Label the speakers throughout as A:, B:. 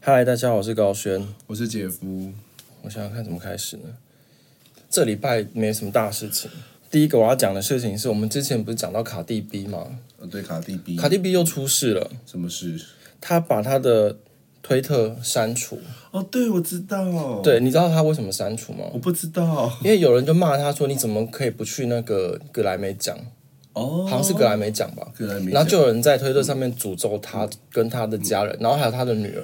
A: 嗨，大家好，我是高轩。
B: 我是姐夫，
A: 我想想看怎么开始呢？这礼拜没什么大事情。第一个我要讲的事情是我们之前不是讲到卡蒂 B 吗？
B: 呃，对卡蒂 B，
A: 卡蒂 B 又出事了，
B: 什么事？
A: 他把他的推特删除。
B: 哦，对，我知道，，
A: 对，你知道他为什么删除吗
B: 我？不知道，
A: 因为有人就骂他说：“你怎么可以不去那个格莱美奖？
B: 哦，
A: 好像是格莱美奖吧？”
B: 格莱美奖，
A: 然后就有人在推特上面诅咒他跟他的家人，然后还有他的女儿，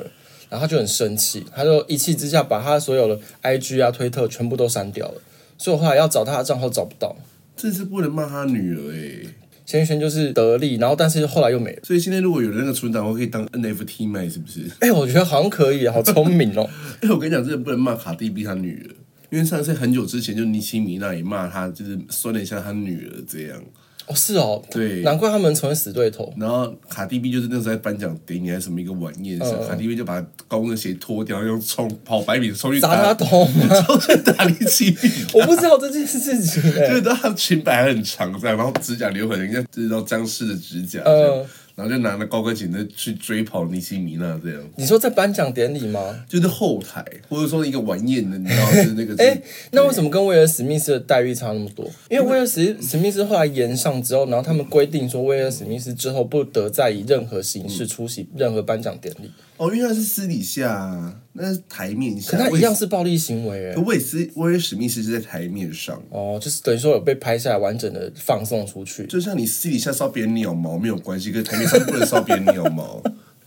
A: 然后他就很生气，他就一气之下把他所有的 IG 啊、推特全部都删掉了。所以我后来要找他的账号找不到，
B: 这次不能骂他女儿哎，
A: 先轩就是得利，然后但是后来又没了。
B: 所以现在如果有那个存档，我可以当 NFT 卖，是不是？
A: 哎、我觉得好像可以，好聪明哦。
B: 哎，我跟你讲，真的不能骂卡蒂 B 他女儿，因为上一次很久之前，就尼奇米娜也骂他，就是酸了一下他女儿这样，
A: 哦，是哦，
B: 对
A: 难怪他们成为死对头。
B: 然后卡蒂 B 就是那时候在颁奖典礼还是什么一个晚宴上，卡蒂 B 就把高跟鞋脱掉，用冲跑百米冲去
A: 砸他
B: 打，
A: 头吗？
B: 冲去打尼奇米娜
A: 我不知道这件事情、
B: 就
A: 哎，
B: 是他裙摆还很长这样，然后指甲留很像就是到僵尸的指甲这样，
A: 嗯
B: 然后就拿着高跟鞋在去追跑尼西米娜这样，
A: 你说在颁奖典礼吗？
B: 就是后台或者说一个晚宴的，你知道是那个
A: 哎、
B: 哎
A: 那为什么跟威尔史密斯的待遇差那么多？因为威尔史史密斯后来延上之后，然后他们规定说，威尔史密斯之后不得再以任何形式出席任何颁奖典礼，
B: 哦，因为他是私底下啊，那是台面下，
A: 可他一样
B: 威
A: 是暴力行为、
B: 可
A: 欸。
B: 威斯威尔史密斯是在台面上。
A: 哦，就是等于说有被拍下来完整的放送出去，
B: 就像你私底下烧别人鸟毛没有关系，可是台面上不能烧别人鸟毛。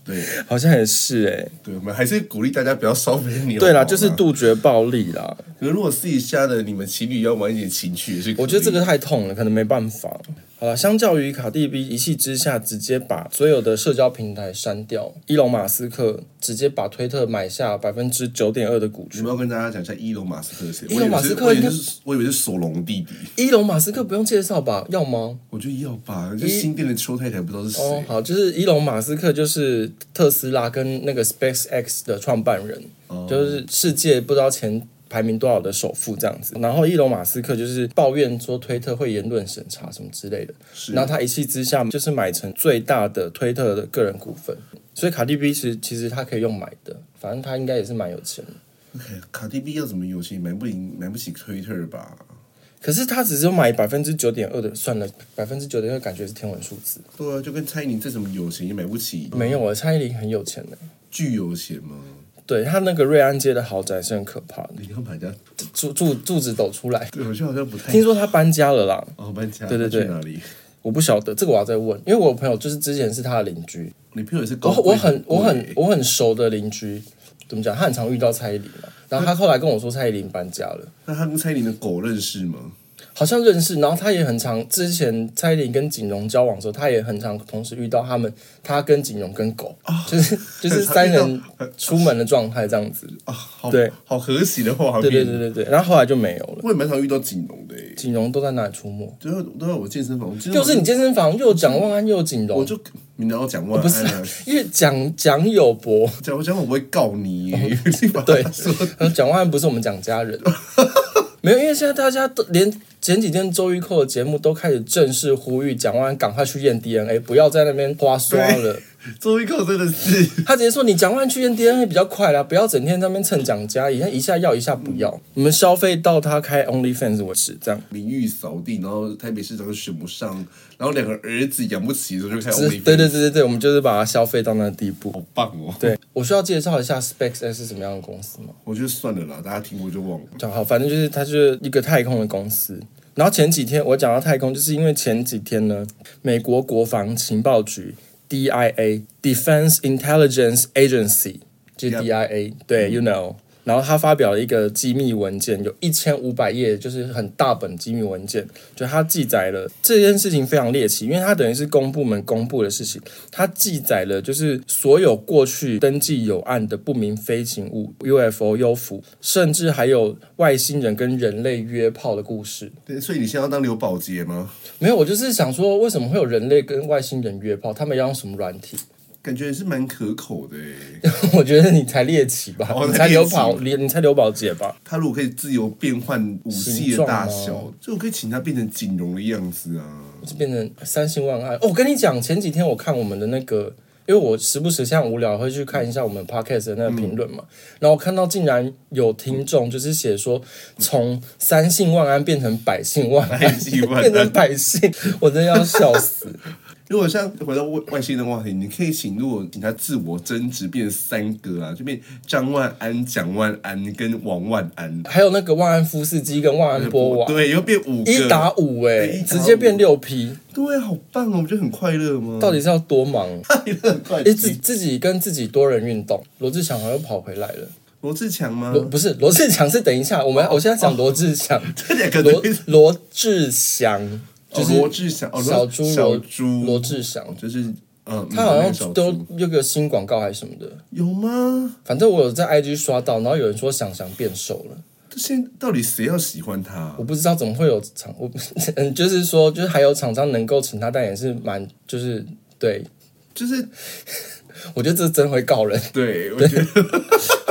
B: 对
A: 好像也是哎、
B: 对，我们还是鼓励大家不要烧别人鸟毛啊。
A: 对啦，就是杜绝暴力啦。
B: 可是如果私底下的你们情侣要玩一点情趣，也是可以
A: 我觉得这个太痛了，可能没办法。好了，相较于卡蒂 B 一气之下直接把所有的社交平台删掉，伊隆马斯克直接把推特买下百分之九点二的股
B: 你
A: 权
B: 们。要跟大家讲一下伊隆马斯克是谁？
A: 伊隆马斯克
B: 我以
A: 应
B: 为
A: 该
B: 是，我以为是我以为是索隆弟弟。
A: 伊隆马斯克不用介绍吧？要吗？
B: 我觉得要吧，就新店的邱太太不知道是谁。
A: 哦，好，就是伊隆马斯克就是特斯拉跟那个 SpaceX 的创办人，
B: 哦
A: 就是世界不知道前排名多少的首富这样子。然后伊隆马斯克就是抱怨说推特会言论审查什么之类的，
B: 是
A: 然后他一气之下就是买成最大的推特的个人股份。所以卡蒂 B 其实其实他可以用买的，反正他应该也是蛮有钱的。
B: OK，卡哎蒂 B 要怎么游戏？买不赢，买不起 Twitter 吧？
A: 可是他只是买百分之九点二的，算了，百分之九点二感觉是天文数字。
B: 对啊，就跟蔡依林这种有钱也买不起，
A: 没有啊，蔡依林很有钱的、
B: 巨有钱吗？
A: 对他那个瑞安街的豪宅是很可怕的，
B: 你要买家？
A: 住住住址抖出来。
B: 对，我觉得好像不太
A: 听。说他搬家了啦，
B: 哦，搬家？
A: 对对对
B: 他去哪里？
A: 我不晓得这个我要再问，因为我有朋友就是之前是他的邻居，
B: 你朋友也是高
A: 我
B: 贵
A: 哦我很我很
B: 贵
A: 我很熟的邻居，怎么讲？他很常遇到蔡依林嘛，然后他后来跟我说蔡依林搬家了，
B: 那他跟蔡依林的狗认识吗？
A: 好像认识，然后他也很常之前蔡依林跟景荣交往的时候，他也很常同时遇到他们，他跟景荣跟狗， 就是就是
B: 哦很常
A: 三
B: 遇到
A: 人出门的状态这样子，
B: 啊，好
A: 对
B: 好和谐的话，
A: 对对对。对对，然后后来就没有了，
B: 我也蛮常遇到锦荣的欸，
A: 景荣都在哪里出没？
B: 都要都啊要我健身房，我健身
A: 又
B: 房
A: 是你健身房，又蒋万安，又景荣，
B: 嗯我就你要讲万
A: 不是
B: 安啊，
A: 因为蒋蒋友柏，
B: 讲我讲我不会告你 耶，你把
A: 哦对
B: 他说，
A: 呃蒋万安不是我们蒋家人，没有，因为现在大家都连前几天周玉蔻的节目都开始正式呼吁蒋万安赶快去验 DNA，不要在那边花刷了。
B: 周一蔻真的是，
A: 他直接说你蒋万安去验 DNA 比较快啦，不要整天在那边蹭蒋家，一下一下要一下不要，
B: 嗯
A: 你们消费到他开 OnlyFans 为止，这样。
B: 名誉扫地，然后台北市长又选不上，然后两个儿子养不起，所以就开始
A: 是
B: OnlyFans
A: 对对对对对，我们就是把它消费到那个地步。
B: 好棒哦。，
A: 对，我需要介绍一下 SpaceX 是什么样的公司吗？
B: 我觉得算了啦，大家听过就忘了。
A: 讲好，反正就是它是一个太空的公司。然后前几天我讲到太空，就是因为前几天呢，美国国防情报局 DIA Defense Intelligence Agency，就是
B: Yep.
A: DIA，、对、y
B: 嗯
A: o u know。然后他发表了一个机密文件，有一千五百页，就是很大本机密文件。就他记载了这件事情非常猎奇，因为他等于是公部门公布的事情，他记载了就是所有过去登记有案的不明飞行物 UFO 幽浮，甚至还有外星人跟人类约炮的故事。
B: 对，所以你现在要当刘宝杰吗？
A: 没有，我就是想说，为什么会有人类跟外星人约炮？他们要用什么软体？
B: 感觉也是蛮可口的欸。
A: 我觉得你才猎奇吧，
B: 哦
A: 你才
B: 猎
A: 刘
B: 奇
A: 宝，你你才刘宝姐吧。
B: 他如果可以自由变换武器
A: 形
B: 的
A: 状
B: 大
A: 吗
B: 小，就我可以请他变成锦荣的样子啊。
A: 就变成三星万爱。哦，我跟你讲，前几天我看我们的那个因为我时不时像无聊会去看一下我们 podcast 的那个评论嘛，然后我看到竟然有听众就是写说从三姓万安变成百姓万安，
B: 百姓万安
A: 变成百姓，我真的要笑死。
B: 如果像回到外外星人的话题，你可以请，如果请他自我增值变三个啊，就变张万安、蒋万安跟王万安，
A: 还有那个万安夫斯基跟万安波娃，
B: 对，又变五个，
A: 一打五哎、
B: 对一打五嗯
A: 直接变六 P，
B: 对，好棒哦，我觉得很快乐吗？
A: 到底是要多忙？
B: 快乐很快
A: 哎、自自己跟自己多人运动，罗志祥好像跑回来了。
B: 罗志强吗
A: 罗、？不是罗志祥，是等一下，我们我现在
B: 哦
A: 讲罗志祥，
B: 这两个
A: 罗
B: 东西
A: 罗志祥就
B: 哦
A: 是
B: 罗志祥，哦，
A: 小猪
B: 小
A: 罗
B: 猪，
A: 罗志祥，
B: 就是嗯，
A: 他好
B: 那个小
A: 像
B: 猪
A: 都有个新广告还是什么的，
B: 有吗？
A: 反正我有在 IG 刷到，然后有人说想想变瘦了，
B: 这现在到底谁要喜欢他啊
A: 我？不知道怎么会有厂， 我嗯，就是说就是还有厂商能够请他代言是蛮就是对。
B: 就是
A: 我觉得这真会告人。
B: 对，我觉得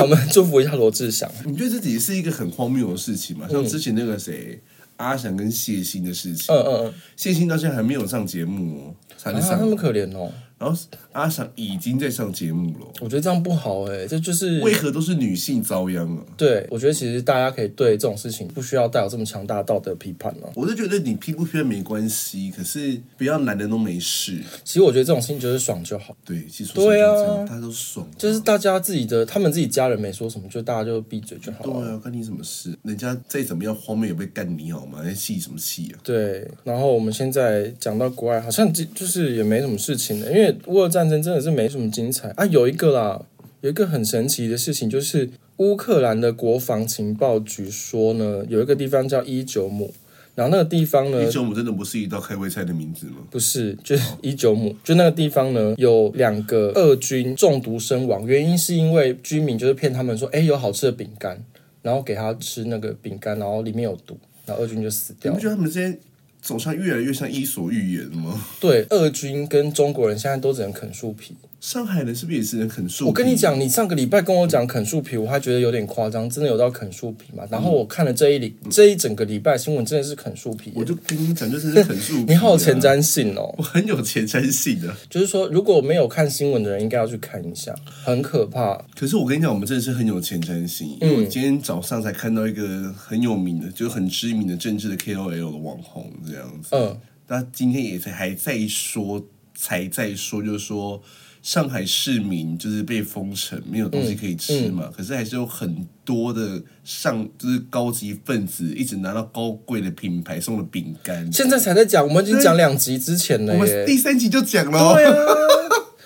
A: 我们祝福一下罗志祥。
B: 你觉得这只是一个很荒谬的事情
A: 嗯
B: 嘛？像之前那个谁，阿翔跟谢欣的事
A: 嗯，
B: 情
A: 嗯嗯，
B: 谢欣到现在还没有上节目哦，才
A: 啊，
B: 能
A: 他
B: 上
A: 那，么可怜哦，
B: 然后阿翔已经在上节目了，哦
A: 我觉得这样不好哎、这就是
B: 为何都是女性遭殃啊？
A: 对我觉得其实大家可以对这种事情不需要带有这么强大的道德批判啊了、
B: 我是觉得你批不批判没关系，可是不要男人都没事。
A: 其实我觉得这种事情就是爽就好，
B: 对，其实说真的
A: 对啊
B: 这样大家都爽啊、
A: 就是大家自己的，他们自己家人没说什么，就大家就闭嘴就好
B: 对
A: 了。
B: 啊，关你什么事？人家再怎么样荒谬也被干你好吗？还气什么气啊？
A: 对，然后我们现在讲到国外，好像就就是也没什么事情了，因为乌俄战争真的是没什么精彩啊。有一个啦，有一个很神奇的事情，就是乌克兰的国防情报局说呢，有一个地方叫伊久姆，然后那个地方呢
B: 一，九五真的不是一道开胃菜的名字吗？
A: 不是，就是
B: 哦
A: 伊久姆，就那个地方呢，有两个俄军中毒身亡，原因是因为居民就是骗他们说，哎，有好吃的饼干，然后给他吃那个饼干，然后里面有毒，然后俄军就死
B: 你
A: 掉
B: 不
A: 了。
B: 觉得他们现在走向越来越像伊索寓言吗？
A: 对，俄军跟中国人现在都只能啃树皮。
B: 上海人是不是也是人啃树？
A: 我跟你，讲，你上个礼拜跟我讲啃树皮，我还觉得有点夸张，真的有到啃树皮
B: 嗯
A: 嘛？然后我看了这一礼、这一整个礼拜新闻，真的是啃树皮耶。
B: 我就跟你讲，就是啃树、啊
A: 你好有前，瞻性哦！
B: 我很有前瞻性啊的。
A: 就是说，如果没有看新闻的人，应该要去看一下，很可怕。
B: 可是我跟你讲，我们真的是很有前瞻性，
A: 嗯
B: 因为我今天早上才看到一个很有名的，就是很知名的政治的 KOL 的网红这样子。
A: 嗯，
B: 那今天也是还在说，才在说，就是说上海市民就是被封城，没有东西可以吃
A: 嗯
B: 嘛。可是还是有很多的上就是高级分子一直拿到高贵的品牌送的饼干。
A: 现在才在讲，我们已经讲两集之前了
B: 我们
A: 耶。
B: 第三集就讲了哦，
A: 对 啊，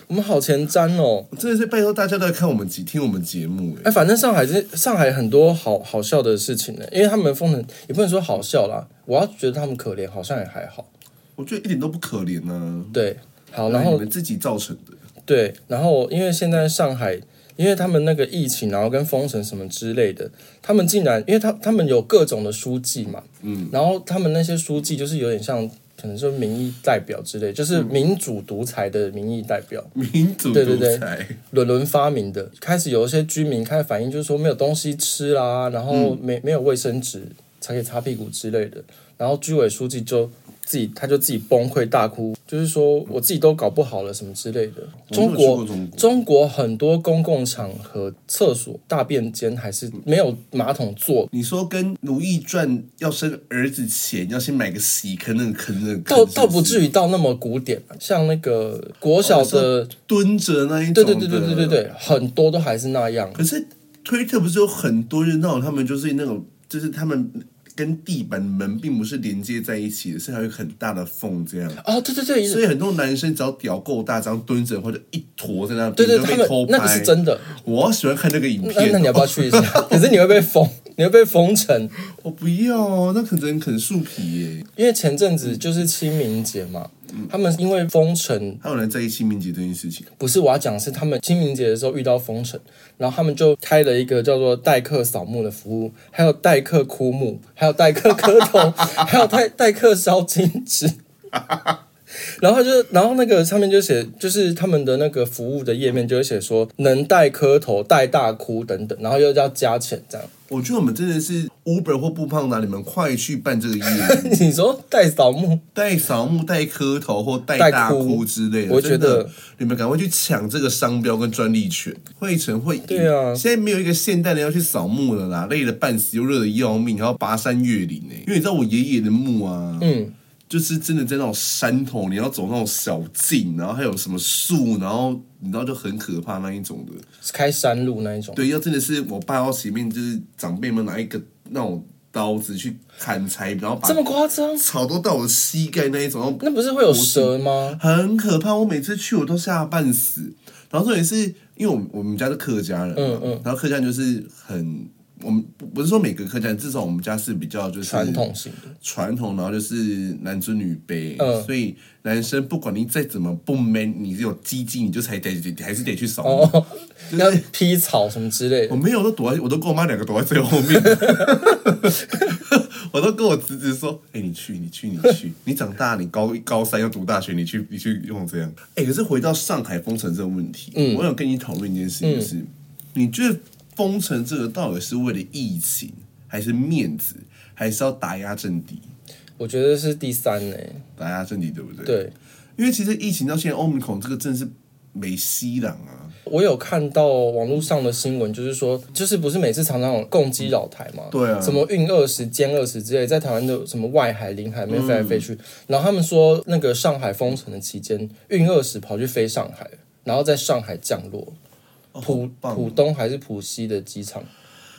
A: 我们好前瞻哦。
B: 真的是拜托大家都来看我们集听我们节目哎。
A: 哎，反正上海这上海很多好好笑的事情呢，因为他们封城，也不能说好笑啦，我要觉得他们可怜，好像也还好。
B: 我觉得一点都不可怜呢、
A: 对，好，
B: 啊，
A: 然
B: 你
A: 后
B: 们自己造成的。
A: 对，然后因为现在上海，因为他们那个疫情，然后跟封城什么之类的，他们竟然，因为他他们有各种的书记嘛，嗯，然后他们那些书记就是有点像，可能说民意代表之类，就是
B: 嗯
A: 民主独裁的民意代表，
B: 民主
A: 对
B: 独
A: 对对
B: 裁，
A: 轮轮发明的。开始有一些居民开始反映，就是说没有东西吃啦，然后
B: 嗯
A: 没没有卫生纸才可以擦屁股之类的。然后居委书记就自己他就自己崩溃大哭，就是说我自己都搞不好了什么之类的。
B: 我没有
A: 中
B: 去
A: 国
B: 过中国
A: 中国很多公共场合、厕所、大便间还是没有马桶座。
B: 你说跟《如懿传》要生儿子前要先买个洗坑那个坑那个坑
A: 倒
B: 是是
A: 倒不至于到那么古典啊，像那个国小的，
B: 蹲着哦那一种。
A: 对对对对对对。对，很多都还是那样。
B: 可是推特不是有很多人那种，他们就是那种，就是他们跟地板门并不是连接在一起的，是还有很大的缝这样。
A: 哦，对对对，
B: 所以很多男生只要屌够大张蹲着或者一坨在那
A: 对
B: 边
A: 对，
B: 就
A: 他
B: 被
A: 们
B: 偷
A: 那个是
B: 拍。
A: 真的。
B: 我好喜欢看那个影片
A: 那
B: 哦，
A: 嗯那你要不要去一下？可是你会被封，你会被封城，
B: 我不要哦，那可能啃树皮耶。
A: 因为前阵子就是清明节嘛，他们因为封城，
B: 还有人在意清明节这件事情，
A: 不是我要讲的是他们清明节的时候遇到封城，然后他们就开了一个叫做代客扫墓的服务，还有代客枯木，还有代客磕头，还有代代客烧金纸。然后他就，然后那个上面就写，就是他们的那个服务的页面就会写说能带磕头、带大哭等等，然后又要加钱这样。
B: 我觉得我们真的是 Uber 或不胖达，啊你们快去办这个业 务，
A: 你说带扫墓，
B: 带扫墓、带磕头或带
A: 带
B: 大
A: 哭
B: 哭之类的。
A: 我
B: 真
A: 觉
B: 的
A: 得
B: 你们赶快去抢这个商标跟专利权，会成会赢。
A: 对啊
B: 现在没有一个现代人要去扫墓了啦，累得半死，又热得要命，还要跋山越岭呢、因为你知道我爷爷的墓啊，
A: 嗯，
B: 就是真的在那种山头，你要走那种小径，然后还有什么树，然后你知道就很可怕那一种的。
A: 是开山路那一种。
B: 对，要真的是我爸要前面就是长辈们拿一个那种刀子去砍柴，然后把
A: 这么夸张？
B: 草都到我的膝盖那一种，然后
A: 那不是会有蛇吗？
B: 很可怕。我每次去我都吓得半死。然后重点是因为我们我们家是客家人嘛，
A: 嗯嗯
B: 然后客家人就是很，我们不不是说每个客家人，至少我们家是比较就是
A: 传统型的，
B: 传统，然后就是男尊女卑，
A: 嗯
B: 所以男生不管你再怎么不 man，你有鸡鸡你就才得得还是得去扫墓。
A: 哦，
B: 就是嗯
A: 要劈草什么之类的。
B: 我没有，我都躲在，我都跟我妈两个躲在最后面， 我都跟我侄子说：“哎、你去，你去，你去，你长大，你高高三要读大学，你去，你去用这样。哎，可是回到上海封城这个问题，我想跟你讨论一件事情，就是、你觉得封城这个到底是为了疫情，还是面子，还是要打压政敌？
A: 我觉得是第三呢、
B: 打压政敌对不对？，
A: 对，
B: 因为其实疫情到现在，欧米孔这个真的是没西朗啊。
A: 我有看到网络上的新闻，就是说，就是不是每次常常有共机扰台嘛？
B: 对啊
A: 什么运二十、歼二十之类，在台湾的什么外海、领海里面飞来飞去。
B: 嗯
A: 然后他们说，那个上海封城的期间，运二十跑去飞上海，然后在上海降落，浦
B: 好棒哦
A: 浦东还是浦西的机场。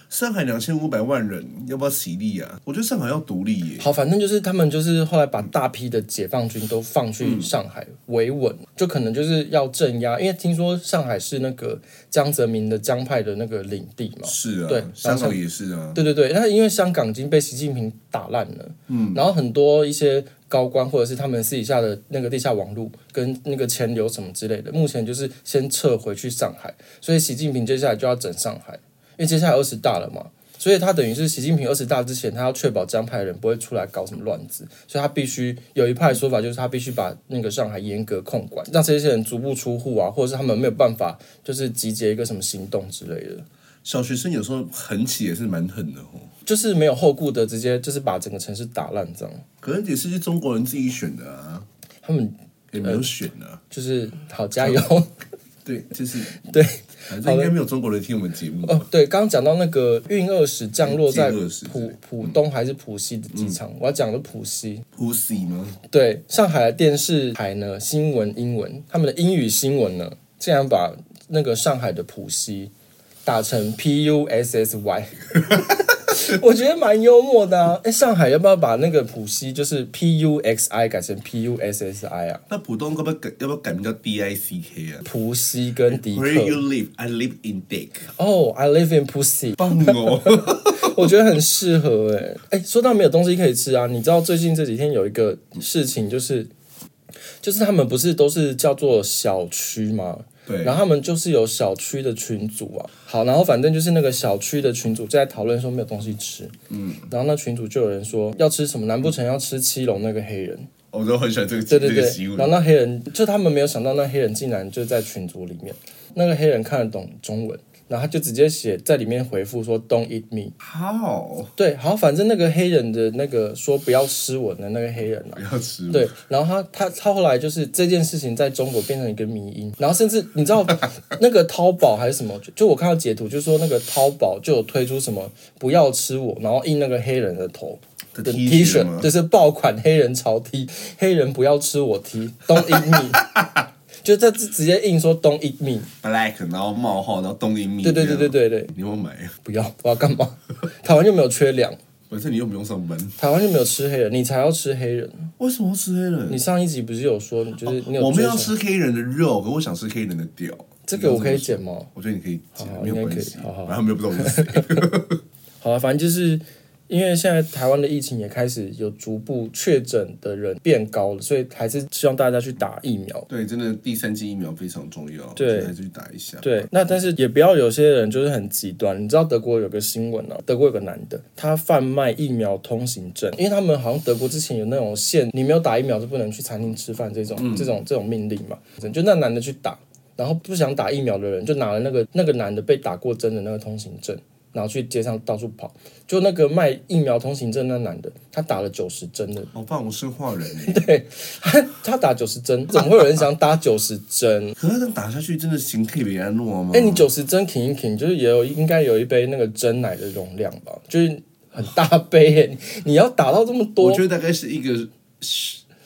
B: 上海两千五百万人，要不要起立啊？我觉得上海要独立耶。
A: 好，反正就是他们就是后来把大批的解放军都放去上海维稳，就可能就是要镇压，因为听说上海是那个江泽民的江派的那个领地嘛。
B: 是啊，
A: 对
B: 香
A: 然后
B: 港也是啊。
A: 对对对，那因为香港已经被习近平打烂了，嗯，然后很多一些高官或者是他们私底下的那个地下网络跟那个钱流什么之类的，目前就是先撤回去上海，所以习近平接下来就要整上海，因为接下来二十大了嘛，所以他等于是习近平二十大之前，他要确保江派人不会出来搞什么乱子，所以他必须有一派说法就是他必须把那个上海严格控管，让这些人足不出户啊，或者是他们没有办法就是集结一个什么行动之类的。
B: 小学生有时候狠起也是蛮狠的哦，
A: 就是没有后顾的，直接就是把整个城市打烂这样。
B: 可能也是是中国人自己选的啊，
A: 他们
B: 也没有选啊。
A: 就是好加油
B: 对，就是
A: 呃对，
B: 反正应该没有中国人听我们节目 吧。
A: 哦。对，刚刚讲到那个运二十降落在
B: 运20
A: 浦浦东还是浦西的机场，我要讲的浦西。
B: Pussy 吗？
A: 对，上海的电视台呢，新闻英文，他们的英语新闻呢，竟然把那个上海的浦西打成 P U S S Y。我觉得蛮幽默的啊！哎，上海要不要把那个浦西就是 P U X I 改成 P U S S I 啊？
B: 那浦东要不要改？要不要改名叫 D I C K 啊
A: 浦西跟迪克。
B: ？Where you live, I live in Dick。
A: 哦、i live in pussy，
B: 棒哦！
A: 我觉得很适合哎、哎、说到没有东西可以吃啊，你知道最近这几天有一个事情，就是就是他们不是都是叫做小区嘛，
B: 对
A: 然后他们就是有小区的群组啊，好，然后反正就是那个小区的群组就在讨论说没有东西吃，嗯，然后那群组就有人说要吃什么，难不成要吃七龙那个黑人？
B: 我都很喜欢这个
A: 对对
B: 这个
A: 对
B: 习，
A: 然后
B: 文。
A: 那黑人就他们没有想到，那黑人竟然就在群组里面，那个黑人看得懂中文，然后他就直接写在里面回复说 “Don't eat me”。
B: 好，
A: 对，好，反正那个黑人的那个说不要吃我的那个黑人啊
B: 不， 要吃我。
A: 对，然后他他他后来就是这件事情在中国变成一个迷因，然后甚至你知道 那个淘宝还是什么，就就我看到截图就说那个淘宝就有推出什么不要吃我，然后印那个黑人的头。
B: 的
A: 的
B: T
A: T
B: 恤
A: 恤
B: 吗
A: 就是爆款黑人潮 T，黑人不要吃我 T，Don't eat me，就 这直接印说 Don't eat me，
B: ，Black，然后冒号，然后东英米。
A: 对对对对
B: 这
A: 对
B: 样，
A: 对，
B: 你有没有买？
A: 不要，我要干嘛？台湾又没有缺粮，
B: 反正你又不用上班，
A: 台湾就没有吃黑人，你才要吃黑人。
B: 为什么要吃黑人？
A: 你上一集不是有说，你就是你有
B: 哦我
A: 追
B: 们要
A: 求
B: 吃黑人的肉，可我想吃黑人的屌。
A: 这个我可以剪吗？
B: 我觉得你可以剪
A: 好，好
B: 没
A: 应
B: 有
A: 该
B: 关
A: 可以
B: 系，
A: 好好
B: 反正他们又不知道我是谁。
A: 啊好了，反正就是因为现在台湾的疫情也开始有逐步确诊的人变高了，所以还是希望大家去打疫苗。
B: 对，真的第三剂疫苗非常重要，
A: 对
B: 真的还是去打一下。
A: 对，那但是也不要有些人就是很极端。你知道德国有个新闻啊，德国有个男的，他贩卖疫苗通行证，因为他们好像德国之前有那种限，你没有打疫苗就不能去餐厅吃饭这种、这种这种命令嘛，就那男的去打，然后不想打疫苗的人就拿了那个那个男的被打过针的那个通行证，然后去街上到处跑，就那个卖疫苗通行证那男的，他打了九十针的
B: 好棒，我生化人哎、
A: 他他打九十针，怎么会有人想打九十针？
B: 可是这样打下去真的行 K 比安诺吗？
A: 哎、你九十针挺一挺，就是也有应该有一杯那个真奶的容量吧，就是很大杯耶、你要打到这么多
B: 我，觉得大概是一个，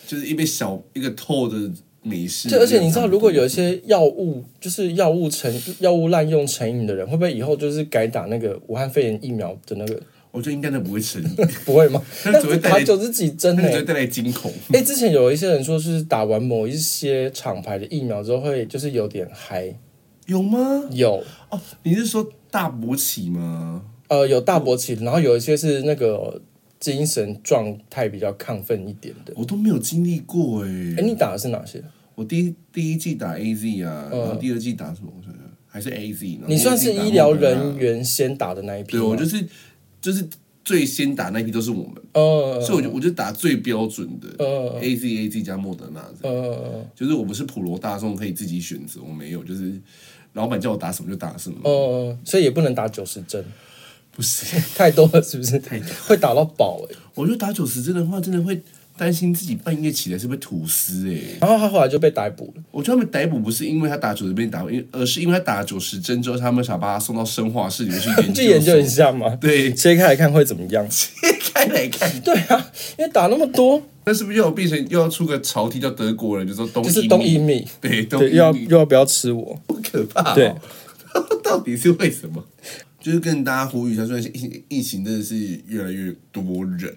B: 就是一杯小一个透的美式。
A: 就而且你知道，如果有一些药物就是药物成药物滥用成瘾的人，会不会以后就是改打那个武汉肺炎疫苗的那个？
B: 我觉得应该那不会成瘾，
A: 不会 吗？
B: 那只
A: 只
B: 会带
A: 打
B: 来
A: 九十几针
B: 那
A: 呢、
B: 只会带来惊恐。
A: 哎、之前有一些人说，是打完某一些厂牌的疫苗之后，会就是有点嗨，
B: 有吗？
A: 有
B: 哦，你是说大勃起吗？
A: 呃，有大勃起，然后有一些是那个精神状态比较亢奋一点的。
B: 我都没有经历过哎、
A: 哎、你打的是哪些？
B: 我第一第一季打 A Z 啊，然后第二季打什么？我想想，还是 A Z。
A: 嗯你算是医疗人
B: 员？
A: 员先打的那一批
B: 啊对，
A: 吗。
B: 我就是就是最先打那批都是我们，
A: 呃
B: 所以我就我就打最标准的
A: 嗯
B: A Z A Z 加莫德纳这样。
A: 呃
B: 就是我们是普罗大众可以自己选择，我没有，就是老板叫我打什么就打什么，
A: 呃，所以也不能打九十针，
B: 不是，
A: 太多了是不是？会打到饱哎、
B: 我就打九十针的话，真的会担心自己半夜起来是不是吐司哎、
A: 然后他后来就被逮捕了。
B: 我觉得他们逮捕不是因为他打九十针被打，因为而是因为他打九十针之后，他们想把他送到生化室里面去研究，
A: 去研究一。下嘛，
B: 对，
A: 切开来看会怎么样？
B: 开来看，
A: 对啊，因为打那么多，
B: 那是不是又有变成又要出个朝廷叫德国人，就说东
A: 就是
B: 夷
A: 东
B: 米
A: 一米，
B: 对东
A: 对，
B: 夷
A: 又要
B: 米
A: 又要不要吃我？
B: 好可怕、哦！
A: 对，
B: 到底是为什么？就是跟大家呼吁一下，虽然现在疫疫情真的是越来越多人，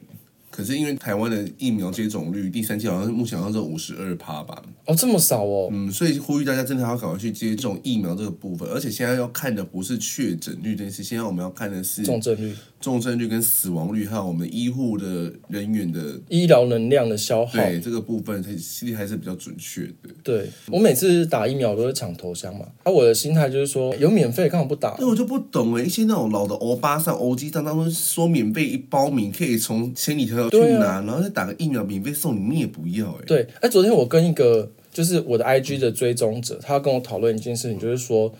B: 可是因为台湾的疫苗接种率第三季好像目前好像是五十二趴吧，
A: 哦，这么少哦，
B: 嗯，所以呼吁大家真的要赶快去接种疫苗这个部分。而且现在要看的不是确诊率这件事，现在我们要看的是
A: 重症率、
B: 重症率跟死亡率，还有我们医护的人员的
A: 医疗能量的消耗。
B: 对这个部分，它其实还是比较准确的。
A: 对我每次打疫苗都会抢头香嘛，啊，我的心态就是说有免费干嘛不打？
B: 那我就不懂哎，一些那种老的欧巴上、欧基上，他们说免费一包米可以从千里迢迢去
A: 对啊
B: 拿，然后再打个疫苗免费送你，你也不要哎。
A: 对，哎、昨天我跟一个就是我的 IG 的追踪者，他跟我讨论一件事情，就是说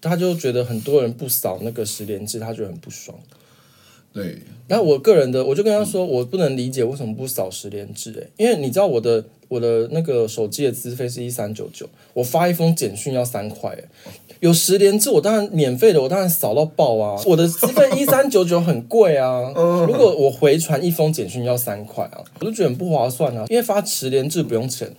A: 他就觉得很多人不扫那个十连制，他觉得很不爽。
B: 对，
A: 然后我个人的，我就跟他说，我不能理解为什么不扫十连制、哎，因为你知道我的我的那个手机的资费是一三九九，我发一封简讯要三块、哎，有十连制，我当然免费的，我当然扫到爆啊！我的资费一三九九很贵啊，如果我回传一封简讯要三块啊，我就觉得很不划算啊，因为发十连制不用钱，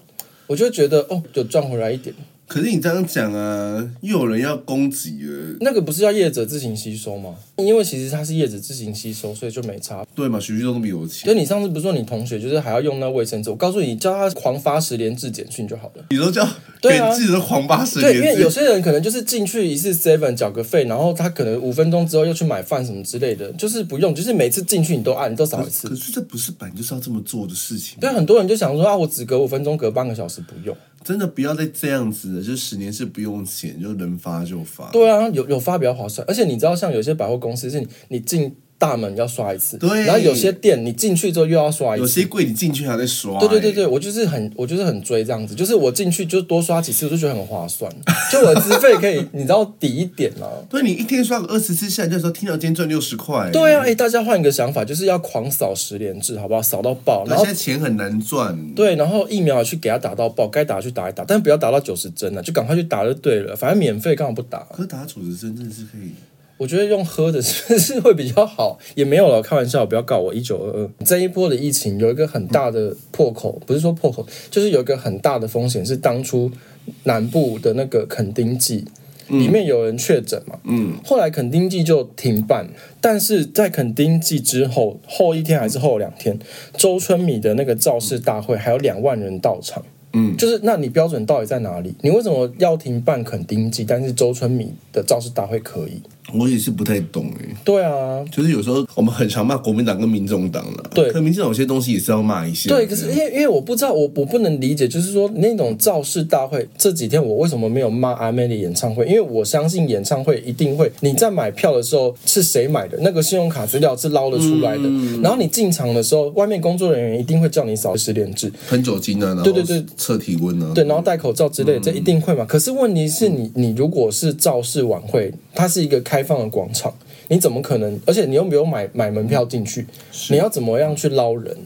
A: 我就觉得哦，有赚回来一点，
B: 可是你这样讲啊，又有人要攻击了，
A: 那个不是要业者自行吸收吗？因为其实它是业者自行吸收，所以就没差。
B: 对嘛？徐旭东比我强。
A: 就你上次不是说你同学就是还要用那卫生纸？我告诉你，叫他狂发十连制简讯就好了。
B: 你都叫
A: 对啊
B: 给自己的狂八十
A: 对，因为
B: 连
A: 有
B: 制，
A: 些人可能就是进去一次 seven 缴个费，然后他可能五分钟之后又去买饭什么之类的，就是不用，就是每次进去你都按，你都扫一次
B: 可。是这不是本来就是要这么做的事情。
A: 对，很多人就想说啊，我只隔五分钟，隔半个小时不用。
B: 真的不要再这样子了，就十年是不用钱，就能发就发。
A: 对啊，有有发比较划算，而且你知道，像有些百货公司是你你进大门要刷一次，
B: 对
A: 然后有些店你进去之后又要刷一
B: 有
A: 次。
B: 些柜你进去还在刷、
A: 对对对
B: 哎，
A: 对，我就是很我就是很追这样子，就是我进去就多刷几次，我就觉得很划算，就我的资费可以你知道抵一点啊。
B: 对你一天刷个二十次下来，就说听到今天赚六十块。
A: 对啊，哎、大家换一个想法，就是要狂扫十连制，好不好？扫到爆，
B: 那
A: 然
B: 现
A: 后
B: 在钱很难赚。
A: 对，然后疫苗也去给他打到爆，该打去打一打，但不要打到九十针了，啊就赶快去打就对了，反正免费，干嘛不打？
B: 可是打九十针真的是可以，
A: 我觉得用喝的是是会比较好，也没有了，开玩笑，不要告我一九二二。这一波的疫情有一个很大的破口，不是说破口，就是有一个很大的风险是当初南部的那个垦丁季。里面有人确诊嘛？嗯，后来垦丁季就停办，但是在垦丁季之后，后一天还是后两天，周春米的那个造势大会还有两万人到场。嗯，就是那你标准到底在哪里？你为什么要停办垦丁季，但是周春米的造势大会可以？
B: 我也是不太懂哎、
A: 对啊，
B: 就是有时候我们很常骂国民党跟民众党了，
A: 对
B: 可民进党有些东西也是要骂一下，嗯
A: 对，可是因为因为我不知道，我我不能理解，就是说那种造势大会这几天我为什么没有骂阿妹的演唱会？因为我相信演唱会一定会，你在买票的时候是谁买的，那个信用卡资料是捞得出来的，然后你进场的时候，外面工作人员一定会叫你扫十连制，
B: 喷酒精啊，然后
A: 对对对
B: 测体温啊，
A: 对，然后戴口罩之类的，这一定会嘛。可是问题是你，你如果是造势晚会，它是一个开放的广场，你怎么可能？而且你又没有买买门票进去，你要怎么样去捞人？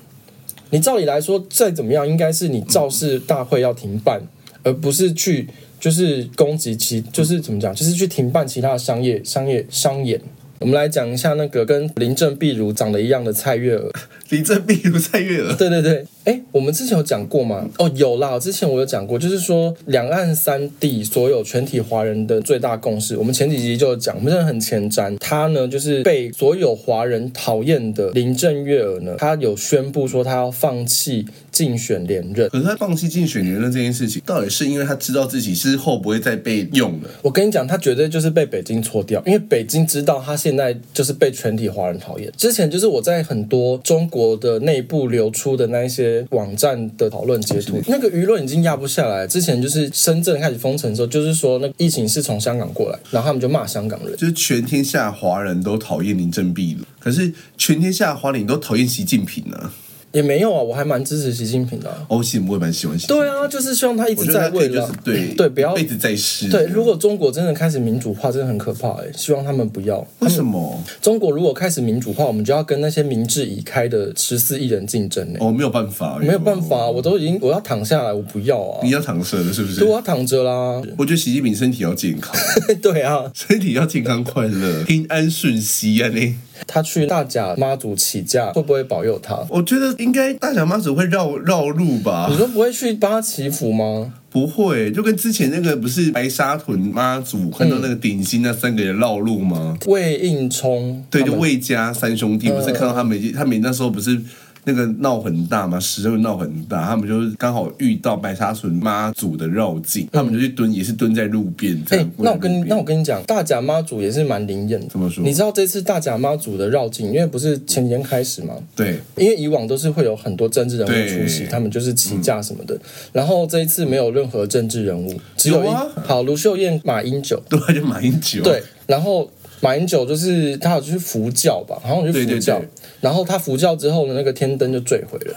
A: 你照理来说，再怎么样，应该是你造势大会要停办，而不是去就是攻击其，就是怎么讲，就是去停办其他的商业商业商演。我们来讲一下那个跟林正碧如长得一样的蔡月娥。
B: 林正碧如蔡月娥，
A: 对对对，哎，我们之前有讲过吗？哦，有啦，之前我有讲过，就是说两岸三地所有全体华人的最大共识，我们前几集就有讲，我们真的很前瞻。他呢，就是被所有华人讨厌的林郑月娥呢，他有宣布说他要放弃竞选连任。
B: 可是他放弃竞选连任这件事情，到底是因为他知道自己之后不会再被用了，
A: 我跟你讲，他绝对就是被北京搓掉，因为北京知道他现在就是被全体华人讨厌。之前就是我在很多中国的内部流出的那一些网站的讨论截图，那个舆论已经压不下来。之前就是深圳开始封城的时候，就是说那个疫情是从香港过来，然后他们就骂香港人。
B: 就是全天下华人都讨厌林正碧如，可是全天下华人都讨厌习近平啊。
A: 也没有啊，我还蛮支持习近平的啊、
B: 哦，其实我也蛮喜欢习近平
A: 对啊，就是希望他一
B: 我
A: 直
B: 觉
A: 在
B: 得他可
A: 位
B: 以就
A: 了
B: 是。对
A: 对，不要
B: 一辈子在世。
A: 对。如果中国真的开始民主化，真的很可怕哎、希望他们不要。
B: 为什么
A: 中国如果开始民主化，我们就要跟那些明智已开的十四亿人竞争呢、
B: 哦没有办法，
A: 没有办法、，啊
B: 哦
A: 我都已经我要躺下来，我不要啊
B: 你，要搪塞了是不是
A: 对，？啊我要躺着啦。
B: 我觉得习近平身体要健康，
A: 对啊，
B: 身体要健康快乐，平安顺息啊你。
A: 他去大甲妈祖起驾，会不会保佑他？
B: 我觉得应该大小妈只会绕绕路吧
A: 你，说不会去帮他祈福吗？
B: 不会，就跟之前那个不是白沙屯妈祖看到那个顶新那三个人绕路吗？
A: 魏应冲，
B: 对，就
A: 他们
B: 魏家三兄弟，
A: 嗯
B: 不是看到他们已经，他们那时候不是那个闹很大嘛，时政闹很大，他们就是刚好遇到白沙屯妈祖的绕境，他们就去蹲，也是蹲在路边这
A: 哎、
B: 样。
A: 那我跟
B: 跪在
A: 你
B: 路边
A: 那我跟你讲，大甲妈祖也是蛮灵验的。
B: 怎么说
A: 你知道这次大甲妈祖的绕境，因为不是前年开始吗？
B: 对，
A: 因为以往都是会有很多政治人物出席，
B: 对
A: 他们就是起驾什么的。然后这一次没有任何政治人物，只有一
B: 有啊
A: 好卢秀燕、马英九，
B: 对，他就马英九，
A: 对，，然后。马英九就是他有去佛教吧，好像有去佛教，
B: 对对对
A: 然后他佛教之后呢，那个天灯就坠毁了，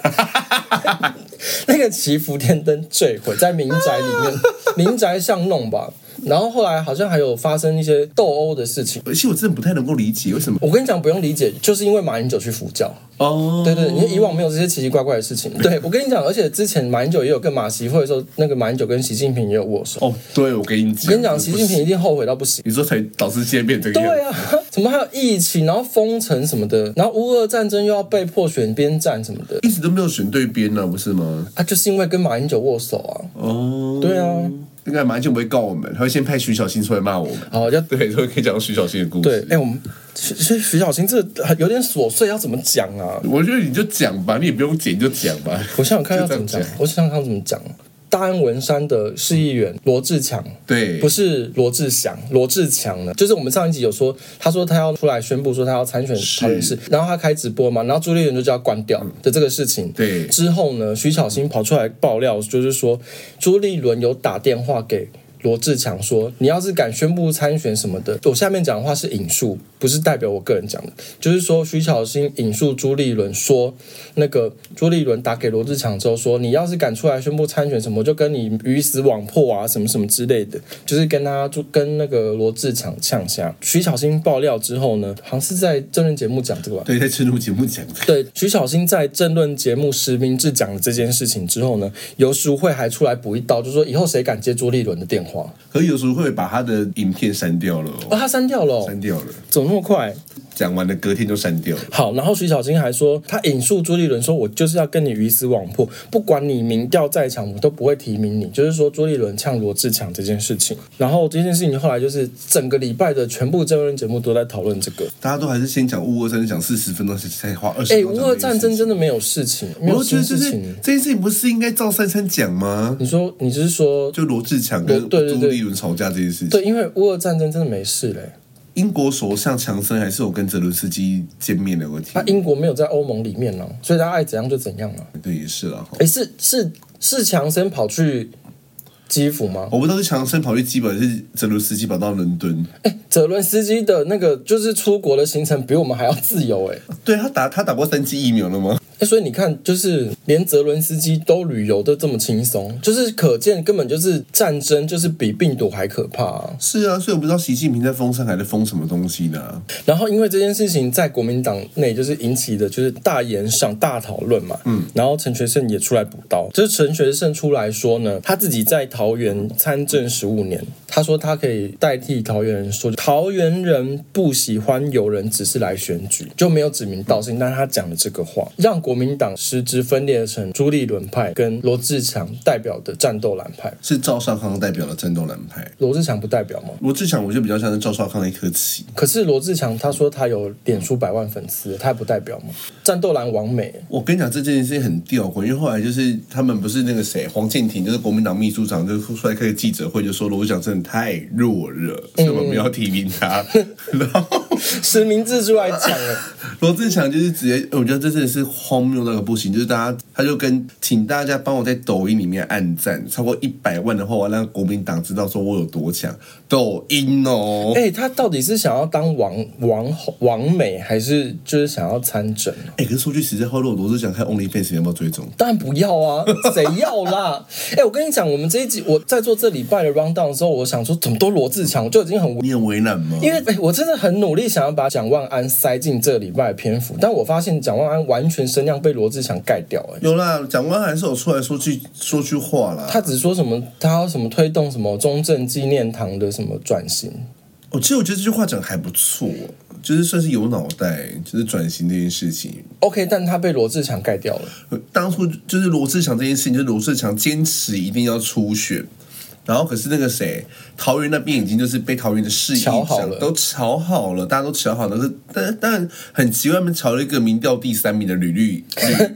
A: 那个祈福天灯坠毁在民宅里面， 民宅巷弄吧。然后后来好像还有发生一些斗殴的事情，
B: 而且我真的不太能够理解为什么
A: 我跟你讲不用理解，就是因为马英九去佛教，
B: 哦，
A: 对对，因为以往没有这些奇奇怪怪的事情。对 我跟你讲，而且之前马英九也有跟马习会的时候，那个马英九跟习近平也有握手。
B: 哦，对我跟你讲，
A: 我跟你讲，习近
B: 不
A: 平
B: 是，
A: 一定后悔到不行。
B: 你说才导致现在变成这个样
A: 对
B: 子，
A: 啊， 怎么还有疫情，然后封城什么的，然后乌俄战争又要被迫选边站什么的，
B: 一直都没有选对边呢，不是吗？
A: 啊，就是因为跟马英九握手啊。
B: 哦，
A: 对啊，
B: 应该马英九不会告我们，他会先派徐小新出来骂我们。
A: 好，要
B: 对，所以可以讲徐小新的故事。
A: 对，哎、我们徐徐徐小新这个有点琐碎，要怎么讲啊？
B: 哎我觉得你就讲吧，你也不用剪，你就讲吧。
A: 我想想看要怎么
B: 就这
A: 讲
B: 样，
A: 我想想看要怎么讲。大安文山的市议员罗志强，
B: 对，
A: 不是罗志祥，罗志强呢？就是我们上一集有说，他说他要出来宣布说他要参选
B: 是嗯
A: 桃园市，然后他开直播嘛，然后朱立伦就叫他关掉的这个事情。
B: 对
A: 之后呢，徐小新跑出来爆料，就是说朱立伦有打电话给。罗志强说：“你要是敢宣布参选什么的，我下面讲的话是引述，不是代表我个人讲的。就是说，徐小新引述朱立伦说，那个朱立伦打给罗志强之后说，你要是敢出来宣布参选什么，我就跟你鱼死网破啊，什么什么之类的，就是跟他就跟那个罗志强呛下。徐小新爆料之后呢，好像是在政论节目讲这个吧，
B: 对，在春录节目讲的。
A: 对，徐小新在政论节目实名制讲了这件事情之后呢，游淑慧还出来补一刀，就说以后谁敢接朱立伦的电话，
B: 可是有时候会把他的影片删掉了、
A: 哦，
B: 哦，
A: 他删掉了哦、
B: 删掉了，
A: 怎么那么快？
B: 讲完了隔天就删掉了。
A: 好，然后徐小新还说，他引述朱立伦说，我就是要跟你鱼死网破，不管你民调再强，我都不会提名你。就是说朱立伦呛罗志强这件事情，然后这件事情后来就是整个礼拜的全部政论节目都在讨论这个。
B: 大家都还是先讲乌俄战争，讲四十分钟，才花二十。
A: 哎，乌俄战争，真的没有事情，没
B: 我
A: 有
B: 都觉
A: 新
B: 得就
A: 事
B: 是
A: 情。
B: 这件事情不是应该照三三讲吗？
A: 你说，你就是说，
B: 就罗志强跟
A: 对对对
B: 朱立伦吵架这件事情，
A: 对，因为乌俄战争真的没事嘞。
B: 英国首相强森还是有跟泽伦斯基见面的，我听
A: 那。英国没有在欧盟里面呢、所以他爱怎样就怎样了、
B: 对，也是啦。哈
A: 诶，是是是强森跑去基辅吗？
B: 我不知道是强森跑去基本是泽伦斯基跑到伦敦，
A: 诶，泽伦斯基的那个就是出国的行程比我们还要自由诶。
B: 对他打他打过三剂疫苗了吗？
A: 欸，所以你看，就是连泽伦斯基都旅游的这么轻松，就是可见根本就是战争，就是比病毒还可怕、啊。
B: 是啊，所以我不知道习近平在封上海在封什么东西呢？
A: 然后因为这件事情在国民党内就是引起的就是大言上大讨论嘛，嗯，然后陈学圣也出来补刀，就是陈学圣出来说呢，他自己在桃园参政十五年，他说他可以代替桃园人说，桃园人不喜欢有人只是来选举，就没有指名道姓，但是他讲了这个话，让国民党实质分裂成朱立伦派跟罗志强代表的战斗蓝派，
B: 是赵少康代表了战斗蓝派，
A: 罗志强不代表吗？
B: 罗志祥我就比较像是赵少康的一颗棋。
A: 可是罗志强他说他有脸书百万粉丝，他还不代表吗？战斗蓝王美
B: 我跟你讲这件事情很吊诡，因为后来就是他们不是那个谁黄健庭，就是国民党秘书长，就出来开个记者会，就说罗志祥真的太弱了，所以我们不要提名他。 然后
A: 实名制出来讲了，
B: 罗志祥就是直接，我觉得这真的是荒谬到个不行，就是大家他就跟请大家帮我在抖音里面按赞，超过一百万的话，我要让国民党知道说我有多强。抖音哦，
A: 哎、他到底是想要当王王后王美，还是就是想要参政？
B: 哎、可是说句实在话，如果罗志祥看 OnlyFans 有没有追踪？
A: 当然不要啊，谁要啦？ 哎、我跟你讲，我们这一集我在做这礼拜的 round down 的时候，我想说怎么都罗志强，我就已经很无
B: 你很为难吗？
A: 因为、哎，我真的很努力想要把蒋万安塞进这礼拜的篇幅，但我发现蒋万安完全声量被罗志祥盖掉、哎，
B: 有啦，蒋万还是有出来说句说句话啦。
A: 他只说什么他要什么推动什么中正纪念堂的什么转型，
B: 我哦其实我觉得这句话讲得还不错，哦就是算是有脑袋，就是转型这件事情。
A: OK，但他被罗志强盖掉了。
B: 当初就是罗志祥这件事情，就是罗志祥坚持一定要初选，然后可是那个谁，桃园那边已经就是被桃园的市议
A: 瞧好
B: 长
A: 了
B: 都瞧好了，大家都瞧好了，可是但但很奇怪，他们瞧了一个民调第三名的吕绿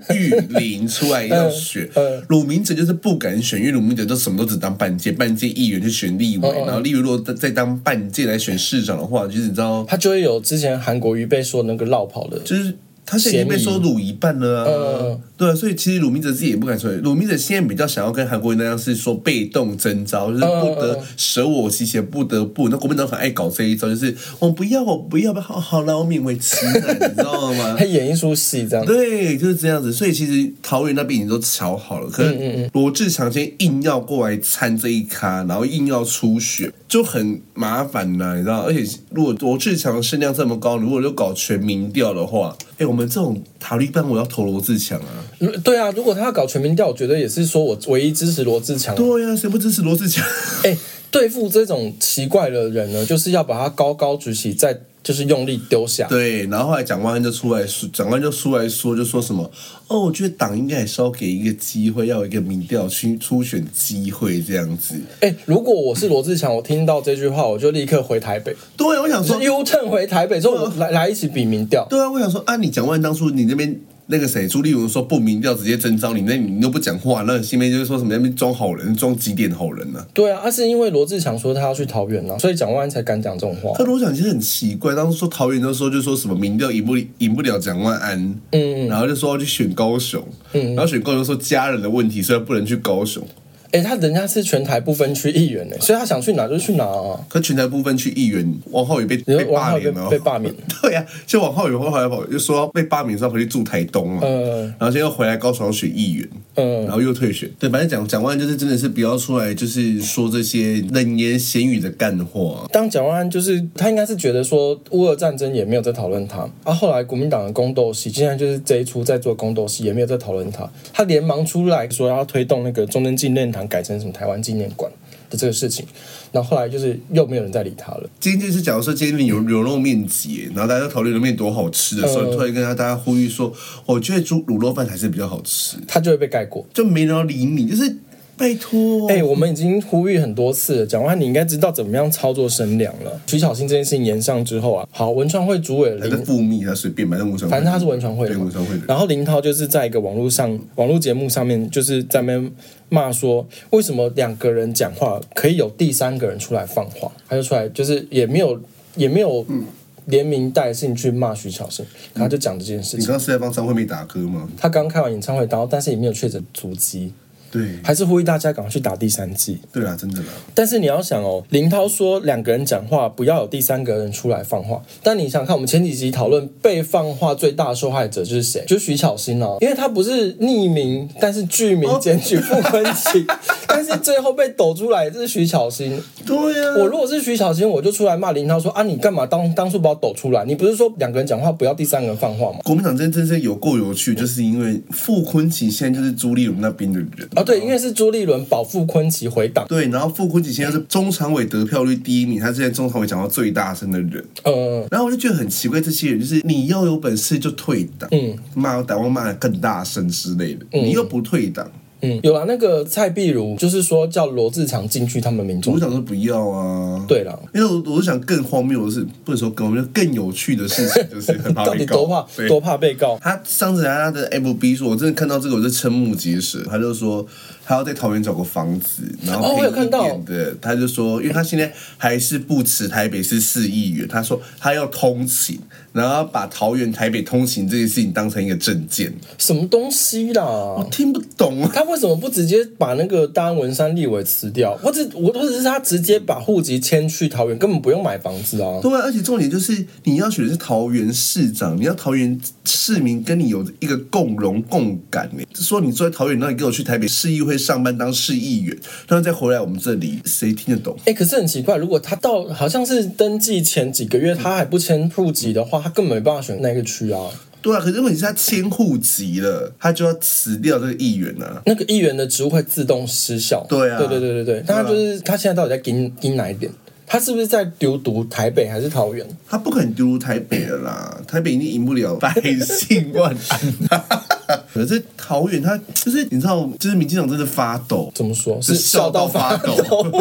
B: 吕 玉玲出来要选
A: 嗯嗯，
B: 鲁明哲就是不敢选，因为鲁明哲都什么都只当半届，半届议员去选立
A: 嗯
B: 委，然后立委如果再当半届来选市长的话，就是你知道。
A: 他就会有之前韩国瑜被说那个绕跑的，
B: 就是他现在已经被收辱一半了啊，
A: 嗯
B: 对啊，所以其实鲁明哲自己也不敢出来。鲁明哲现在比较想要跟韩国瑜那样，是说被动征召，就是
A: 嗯
B: 不得舍我其谁，不得不。那国民党很爱搞这一招，就是我不要，我不要，好好了，我勉为其 难，你知道吗
A: 他？演一出戏这样。
B: 对，就是这样子。所以其实桃园那边已经都瞧好了，可是罗志强今天硬要过来参这一咖，然后硬要出血，就很麻烦呐、你知道？而且如果罗志强声量这么高，如果就搞全民调的话，哎、我们这种塔利班，我要投罗志强啊！
A: 如对啊，如果他要搞全民调，我觉得也是说我唯一支持罗志强。
B: 对呀、谁不支持罗志强？
A: 哎、对付这种奇怪的人呢，就是要把他高高举起，再就是用力丢下。
B: 对，然后后来蒋万安就出来说，蒋万安就出来说，就说什么哦，我觉得党应该也是要给一个机会，要有一个民调去初选机会这样子。
A: 哎、如果我是罗志强，我听到这句话，我就立刻回台北，
B: 对，我想
A: 就
B: 说啊
A: 是 U turn 回台北，说我来来一起比民调。
B: 对啊，我想说啊，你蒋万安当初你那边那个谁朱立伦说不民调直接征召你，那你又不讲话，那你心里面就是说什么那边装好人，装几点好人呢、啊？
A: 对啊，那、是因为罗志强说他要去桃园啊，所以蒋万安才敢讲这种话。
B: 可罗想其实很奇怪，当初说桃园的时候就说什么民调赢不赢不了蒋万安，嗯，然后就说要去选高雄，嗯，然后选高雄说家人的问题，所以不能去高雄。
A: 哎、他人家是全台不分区议员呢，所以他想去哪就去哪啊。
B: 可全台部分区议员王浩宇被
A: 你
B: 被哦
A: 说王
B: 罢
A: 浩宇
B: 免
A: 被
B: 了，
A: 被罢免，
B: 对呀、啊，就王浩宇后来跑又说要被罢免，说要回去住台东嘛，
A: 嗯
B: 然后现在又回来高雄要选议员，
A: 嗯
B: 然后又退选。对，反正讲讲完就是真的是不要出来，就是说这些冷言闲语的干话。
A: 当蒋万安就是他应该是觉得说乌俄战争也没有在讨论他，啊，后来国民党的宫斗戏，现在就是这一出在做宫斗戏，也没有在讨论他，他连忙出来说要推动那个中正纪念堂改成什么台湾纪念馆的这个事情，然后后来就是又没有人再理他了。
B: 今天就是假如说今天有牛肉面节，然后大家都讨论牛肉面多好吃的时候，
A: 嗯
B: 你突然跟大家呼吁说，哦我觉得猪卤肉饭还是比较好吃，
A: 他就会被盖过。
B: 就没人要理你，就是拜托。
A: 哎、我们已经呼吁很多次了，蒋万安你应该知道怎么样操作声量了。徐小新这件事情延上之后啊，好，文创会主委
B: 还在
A: 林
B: 复密，他随便，反正文传会
A: 反正他是文传会的
B: 对
A: 嘛
B: 文传会的。
A: 然后林涛就是在一个网络上网络节目上面，就是在那边骂说，为什么两个人讲话可以有第三个人出来放话？他就出来，就是也没有也没有
B: 嗯
A: 连名带姓去骂徐巧芯，可他就讲这件事
B: 你
A: 情。
B: 刚刚是在帮张惠妹打歌吗？
A: 他刚开完演唱会，然后但是也没有确诊足迹，
B: 对，
A: 还是呼吁大家赶快去打第三剂。
B: 对啦，真的啦，
A: 但是你要想哦，林涛说两个人讲话不要有第三个人出来放话，但你想看我们前几集讨论被放话最大的受害者就是谁？就是徐巧芯啊，因为他不是匿名，但是具名检举傅昆萁， 但是最后被抖出来这是徐巧芯。
B: 对啊呀、
A: 我如果是徐巧芯，我就出来骂林涛说啊，你干嘛当当初把我抖出来？你不是说两个人讲话不要第三个人放话吗？
B: 国民党真真是有够有
A: 嗯
B: 趣，就是因为傅昆萁现在就是朱立伦那边的人
A: 啊，对，因为是朱立伦保傅昆萁回党，
B: 对，然后傅昆萁现在是中常委得票率第一名，他是在中常委讲话最大声的人。
A: 呃，
B: 然后我就觉得很奇怪，这些人就是你要有本事就退党，嗯，骂党外骂的更大声之类的，你又不退党，
A: 嗯，有啦，那个蔡碧如就是说叫罗志祥进去他们民众
B: 我，想说不要啊。，
A: 对了。
B: 因为我我是想更荒谬的是，不能说更荒谬，更有趣的事情就是很 怕
A: 到
B: 被
A: 底
B: 告
A: 多怕
B: 对
A: 多怕被告？
B: 他上次来他的 FB 说，我真的看到这个我就瞠目结舌。他就说他要在桃园找个房子，然
A: 哦
B: 后
A: 我有
B: 便
A: 看
B: 宜一
A: 到
B: 点的。他就说，因为他现在还是不辞台北市市议员，他说他要通勤，然后把桃园台北通勤这件事情当成一个证件。
A: 什么东西啦？
B: 听不懂啊！
A: 他为什么不直接把那个大安文山立委辞掉？或者我或者是他直接把户籍迁去桃园，根本不用买房子啊？
B: 对啊，而且重点就是你要选的是桃园市长，你要桃园市民跟你有一个共荣共感呢。说你住在桃园，然后你跟我去台北市议会上班当市议员，然后再回来我们这里，谁听得懂？
A: 哎、可是很奇怪，如果他到好像是登记前几个月他还不迁户籍的话，他根本没办法选那个区啊。
B: 对啊，可是问题是他迁户籍了，他就要辞掉这个议员啊。
A: 那个议员的职务会自动失效。
B: 对啊
A: 对对对对对。
B: 啊
A: 那他就是他现在到底在盯盯哪一点？他是不是在丢毒台北还是桃园？
B: 他不可能丢入台北了啦，台北一定赢不了百姓万安、啊 可是桃园他就是你知道，就是民进党真的发抖，
A: 怎么说？
B: 是笑到发抖。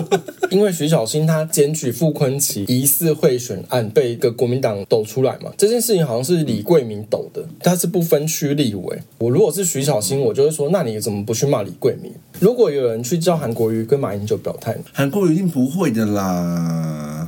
A: 因为徐小新他检举傅昆奇疑似贿选案被一个国民党抖出来嘛，这件事情好像是李桂明抖的，他是不分区立委。我如果是徐小新，我就会说，那你怎么不去骂李桂明？如果有人去叫韩国瑜跟马英九表态呢，
B: 韩国瑜一定不会的啦。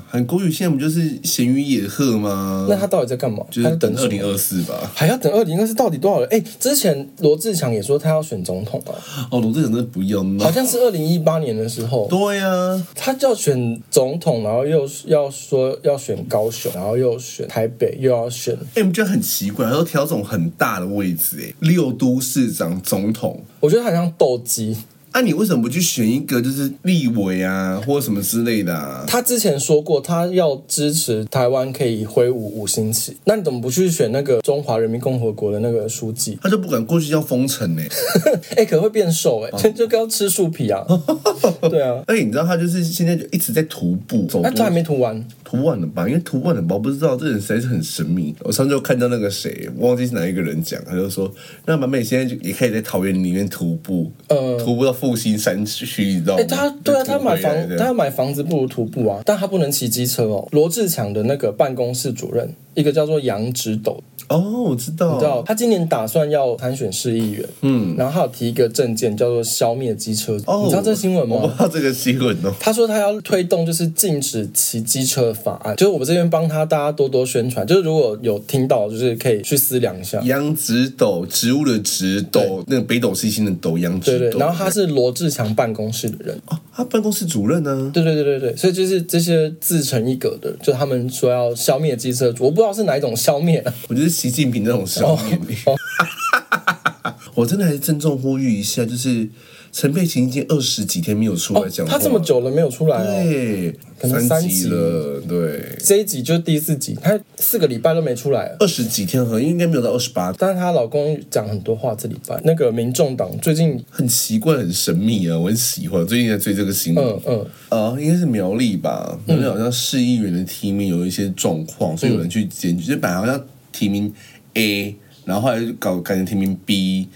B: 韩国瑜现在不就是咸鱼野鹤吗？
A: 那他到底在干嘛？
B: 就
A: 他在
B: 是等
A: 等
B: 二
A: 什
B: 零
A: 么？
B: 二四吧。
A: 还要等二零二四到底多少人？哎、之前罗志祥也说他要选总统啊，
B: 哦，罗志祥真的不要闹。
A: 好像是二零一八年的时候，
B: 对啊，
A: 他要选总统，然后又要说要选高雄，然后又选台北，又要选
B: 哎、我们觉得很奇怪，他都挑这种很大的位置、哎，六都市长、总统，
A: 我觉得他很像斗鸡。
B: 那、啊你为什么不去选一个就是立委啊，或者什么之类的啊？
A: 他之前说过，他要支持台湾可以挥舞五星旗，那你怎么不去选那个中华人民共和国的那个书记？
B: 他就不敢过去叫封城欸呢、
A: 哎、可能会变瘦哎、就就要吃树皮啊。对啊，
B: 而且你知道他就是现在就一直在徒步走
A: 那
B: 多，
A: 他还没涂完，
B: 涂万了吧？因为涂万了吧，我不知道这人实在是很神秘。我上次就看到那个谁，忘记是哪一个人讲，他就说，那满美现在就也可以在桃园里面徒步，
A: 呃
B: 徒步到复兴山区，你知道
A: 哎、
B: 吗？
A: 他对啊，
B: 就徒
A: 他
B: 步回
A: 买
B: 来
A: 房，
B: 的
A: 他要买房子不如徒步啊，但他不能骑机车哦。罗志强的那个办公室主任，一个叫做杨直斗，
B: 哦，我知道，
A: 你知道他今年打算要参选市议员，嗯，然后他有提一个证件叫做消灭机车，
B: 哦，
A: 你知道这个新闻吗？
B: 我不知道这个新闻哦。
A: 他说他要推动就是禁止骑机车的法案，就是我们这边帮他大家多多宣传，就是如果有听到，就是可以去思量一下。
B: 杨紫斗，植物的植斗，那个北斗七星的斗，杨
A: 对
B: 紫
A: 对，
B: 斗。
A: 然后他是罗志强办公室的人，
B: 哦，他办公室主任呢、
A: 对对对对对，所以就是这些自成一格的，就他们说要消灭机车族，我不知道是哪一种消灭、啊，
B: 我就是习近平那种少年、
A: 哦
B: 我真的还是郑重呼吁一下，就是陈佩琪已经二十几天没有出来讲话、
A: 哦他这么，久了没有出来哦。
B: 对，
A: 可能三
B: 级
A: 集
B: 了，对，
A: 这一集就是第四集，他四个礼拜都没出来了。哦
B: 二十几天好像应该没有到二十八，
A: 但是她老公讲很多话，这礼拜那个民众党最近，
B: 很奇怪，很神秘啊，我很喜欢，最近在追这个新闻。
A: 嗯嗯，
B: 呃，应该是苗栗吧，苗栗好像市议员的提名有一些状况，所以有人去检举，就本来好像提名 A，然后后来就搞改成提名 B。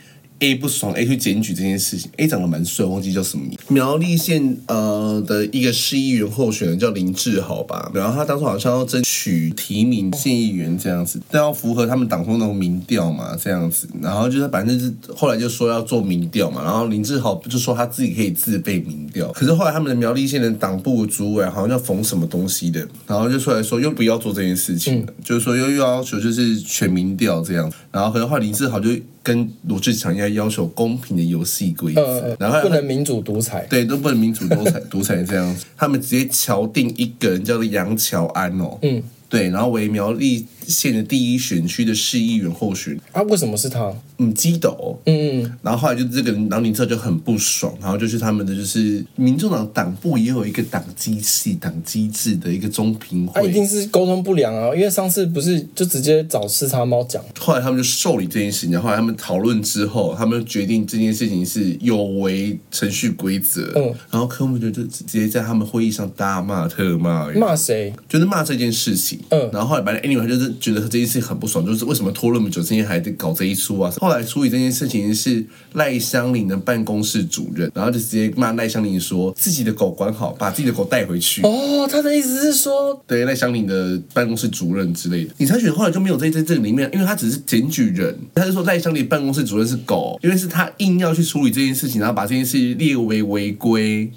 B: A 不爽，A 去检举这件事情，A 长得蛮帅，忘记叫什么名。苗栗县呃的一个市议员候选人叫林志豪吧，然后他当初好像要争取提名县议员这样子，但要符合他们党中那种民调嘛这样子，然后就是反正就是后来就说要做民调嘛，然后林志豪就说他自己可以自备民调，可是后来他们的苗栗县的党部主委好像叫冯什么东西的，然后就出来说又不要做这件事情了，
A: 嗯
B: 就是说又又要求就是全民调这样，然后可是后来林志豪就。跟罗志祥一样要求公平的游戏规则，
A: 呃，
B: 然后
A: 不能民主独裁，
B: 对，都不能民主独裁 独裁这样子。他们直接敲定一个人叫做杨乔安哦，
A: 嗯，
B: 对，然后为苗栗县的第一选区的市议员候选人，
A: 啊，为什么是他？
B: 嗯，基斗。
A: 嗯嗯，
B: 然后后来就这个人，然后林志就很不爽，然后就是他们的就是民众党党部也有一个党机系、党机制的一个中评
A: 他、一
B: 会，
A: 定是沟通不良啊，因为上次不是就直接找四叉猫讲，
B: 后来他们就受理这件事情，然后后来他们讨论之后，他们决定这件事情是有违程序规则。
A: 嗯，
B: 然后柯文哲就直接在他们会议上大骂特骂，
A: 骂谁？
B: 就是骂这件事情。
A: 嗯
B: 然后后来反正 anyway 他就是觉得这件事情很不爽，就是为什么拖那么久，之前还在搞这一出啊？后来处理这件事情是赖香林的办公室主任，然后就直接骂赖香林说自己的狗管好，把自己的狗带回去。
A: 哦，他的意思是说，
B: 对赖香林的办公室主任之类的，李才选后来就没有在在这里面，因为他只是检举人，他就说赖香林办公室主任是狗，因为是他硬要去处理这件事情，然后把这件事情列为违规。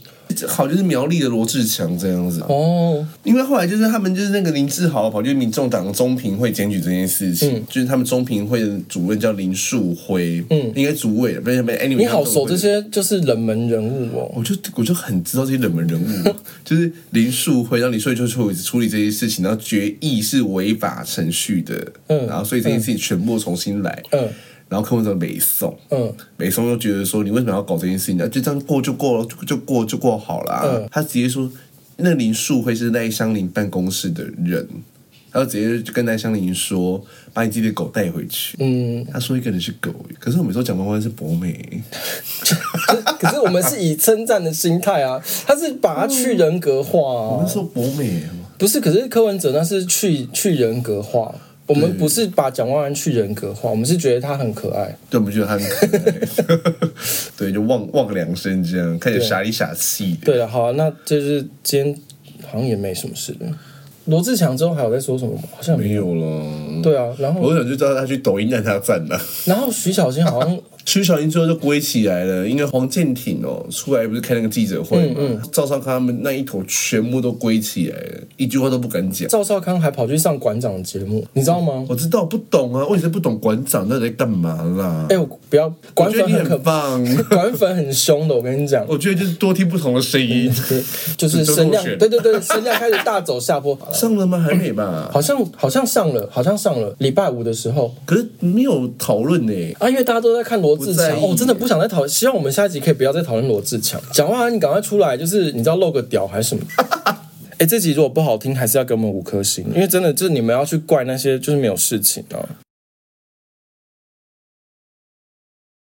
B: 好，就是苗栗的罗志强这样子、啊。
A: 哦，
B: 因为后来就是他们就是那个林志豪跑去民众党中评会检举这件事
A: 嗯
B: 情，就是他们中评会的主任叫林树辉，嗯，应该主委，不是不是，anyway，
A: 你好熟
B: 他们中评会
A: 这
B: 的
A: 些就是冷门人物哦，
B: 我就我就很知道这些冷门人物， 就是林树辉，然后林树辉就处理处理这些事情，然后决议是违法程序的，
A: 嗯
B: 然后所以这件事情全部重新来，
A: 嗯
B: 然后柯文哲没送，
A: 嗯，
B: 北松就觉得说，你为什么要搞这件事情？啊就这样过就过了，就就过就过好啦。
A: 嗯
B: 他直接说，那林树会是赖香林办公室的人，他就直接跟赖香林说，把你自己的狗带回去。
A: 嗯，
B: 他说一个人是狗，可是我每次都讲弯弯是博美，
A: 可是我们是以称赞的心态啊， 他是把它去人格化、
B: 他
A: 啊，
B: 说博美哦
A: 不是？可是柯文哲那是去去人格化，我们不是把蒋万安去人格化，我们是觉得他很可爱。
B: 对，我们觉得他很可爱， 对，就望望个两声这样，看着傻里傻气的。
A: 对了，好、啊，那就是今天好像也没什么事了。罗志祥之后还有在说什么吗？好像
B: 没有了，
A: 对啊，然后
B: 我想就叫他去抖音让他赞了。
A: 然后徐小新好像
B: 曲小英最后就归起来了，因为黄建廷哦出来不是开那个记者会嘛，
A: 嗯
B: 赵少康他们那一头全部都归起来了，一句话都不敢讲。
A: 赵少康还跑去上馆长的节目，你知道吗？
B: 我知道不懂啊，我也是不懂馆长到底在干嘛啦。
A: 哎、我不要
B: 我
A: 馆
B: 觉得
A: 粉
B: 你
A: 很可
B: 很
A: 怕，
B: 棒，
A: 馆粉很凶的，我跟你讲。
B: 我觉得就是多听不同的声音。
A: 嗯就是
B: 周
A: 声
B: 若
A: 量，
B: 瑄
A: 对对对，声量开始大走下坡。
B: 上了吗？还没吧？
A: 好像好像上了，好像上了。礼拜五的时候
B: 可是没有讨论呢。
A: 啊，因为大家都在看罗志
B: 不在
A: 强，
B: 意
A: 哦，我真的不想再讨论。希望我们下一集可以不要再讨论罗志强。讲话你赶快出来，就是你知道露个屌还是 什么？哎、这集如果不好听，还是要给我们五颗星，因为真的就是你们要去怪那些就是没有事情啊。